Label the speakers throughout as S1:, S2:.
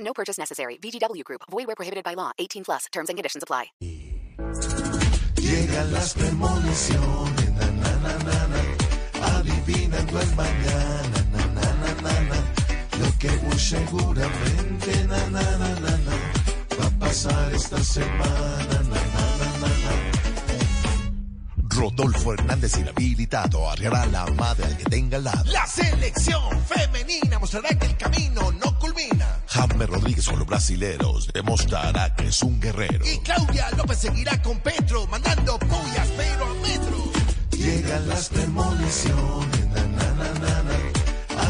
S1: No purchase necessary. VGW Group. Void where prohibited by law. 18 plus. Terms and conditions apply.
S2: Llegan las premoniciones, na, na, na, na, na. adivinan tu el mañana, na, na, na, na, na. lo que muy seguramente na, na, na, na, na, va a pasar esta semana. na, na, na, na, na. Rodolfo Hernández inhabilitado arriará la madre al que tenga al lado.
S3: La selección femenina mostrará que el camino no culmina.
S2: Jaime Rodríguez con los brasileros demostrará que es un guerrero.
S3: Y Claudia López seguirá con Petro, mandando pullas pero a metro.
S2: Llegan las premoniciones, na na na na na.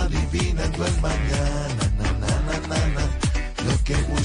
S2: Adivina tu el mañana, na na na na na. Lo que muy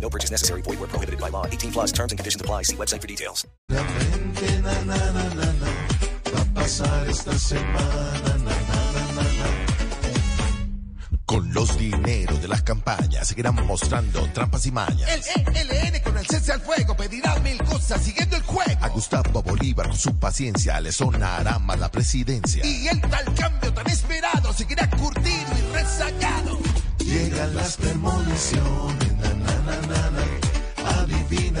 S4: No purchase necessary. Void where prohibited by law. 18 plus terms and conditions apply. See website for details.
S2: Realmente, na na na na na. Va a pasar esta semana, na na na na na. Con los dineros de las campañas seguirán mostrando trampas y mañas.
S3: El ELN con el cese al fuego pedirá mil cosas siguiendo el
S2: A
S3: juego.
S2: Gustavo Bolívar con su paciencia le sonará más la presidencia.
S3: Y el tal cambio tan esperado seguirá curtido y rezagado.
S2: Llegan las premoniciones, na na na na na. Adivina